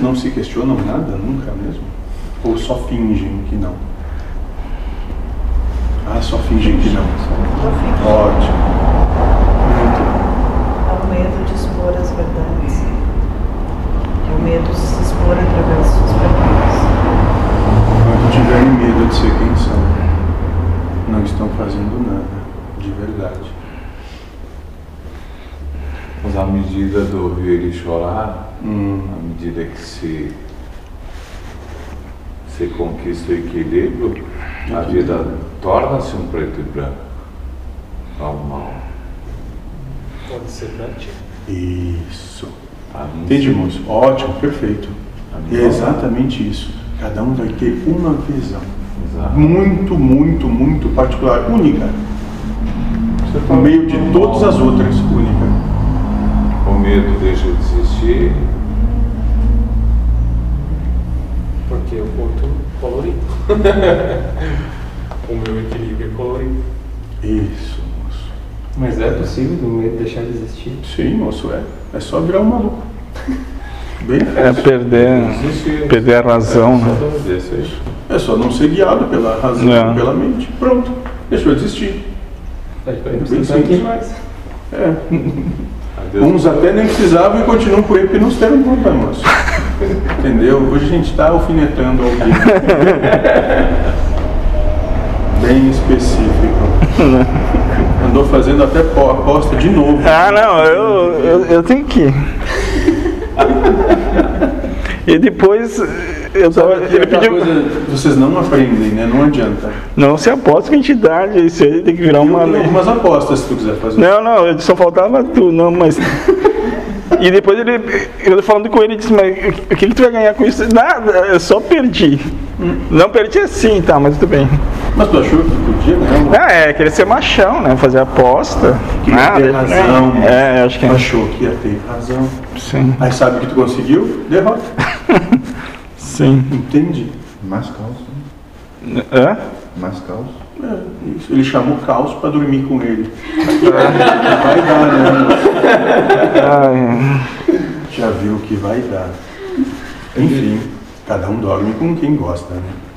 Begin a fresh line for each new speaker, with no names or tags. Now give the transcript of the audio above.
não se questionam nada nunca mesmo? Ou só fingem que não? Ah, só fingem que não.
Só fingem.
Ótimo. Muito bom.
É o medo de expor as verdades. É o medo de se expor através dos verdades.
Quando tiverem medo de ser quem são, não estão fazendo nada de verdade.
Mas à medida do ouvir e chorar,
Hum,
à medida que se, se conquista o equilíbrio, a vida torna-se um preto e branco. um Normal.
Pode ser prático.
isso.
A mim-
Entende, moço? Ótimo, perfeito. E
a mim-
é exatamente isso. Cada um vai ter uma visão.
Exato.
Muito, muito, muito particular. Única. No meio de todas as outras, única.
O medo deixa de existir.
Porque o outro colorido. o meu equilíbrio é colorido.
Isso, moço.
Mas é possível do medo deixar de existir?
Sim, moço, é. É só virar um maluco. Bem
É
fácil.
perder,
Existe. É
perder a razão,
Só
né?
desobedece a isso.
É só não ser guiado pela razão,
É.
pela mente. Pronto. Deixou de existir.
É
Eu
bem
não aqui
simples.
mais.
É.
A Deus-
Uns até nem precisavam e continuam por aí porque não se deram conta, moço. Entendeu? Hoje a gente está alfinetando alguém. Bem específico. Andou fazendo até pó- aposta de novo.
Ah, não, eu, eu, eu tenho que ir. E depois eu tava,
Sabe que
ele
aquela
pediu.
coisa que vocês não aprendem, né? Não adianta.
Não se aposta com entidade, isso aí tem que virar uma
Tem
lei.
algumas apostas se tu quiser fazer.
Não, não, eu- só faltava tu, não, mas. E depois ele, eu falando com ele, ele disse, mas o que, o que tu vai ganhar com isso? Nada, eu só perdi. Não perdi assim, tá, mas tudo bem.
Mas tu achou que podia, né?
Ah, é, queria ser machão, né? Fazer aposta.
Queria ter razão.
É, acho que é.
Achou que ia ter razão.
Sim,
Aí sabe que tu conseguiu, derrota.
sim.
Entende?
Mais caos, né?
Hã?
Mais caos.
É, isso. Ele chamou Caos pra dormir com ele. vai dar, né?
Ai,
Já viu que vai dar. Enfim, cada um dorme com quem gosta, né?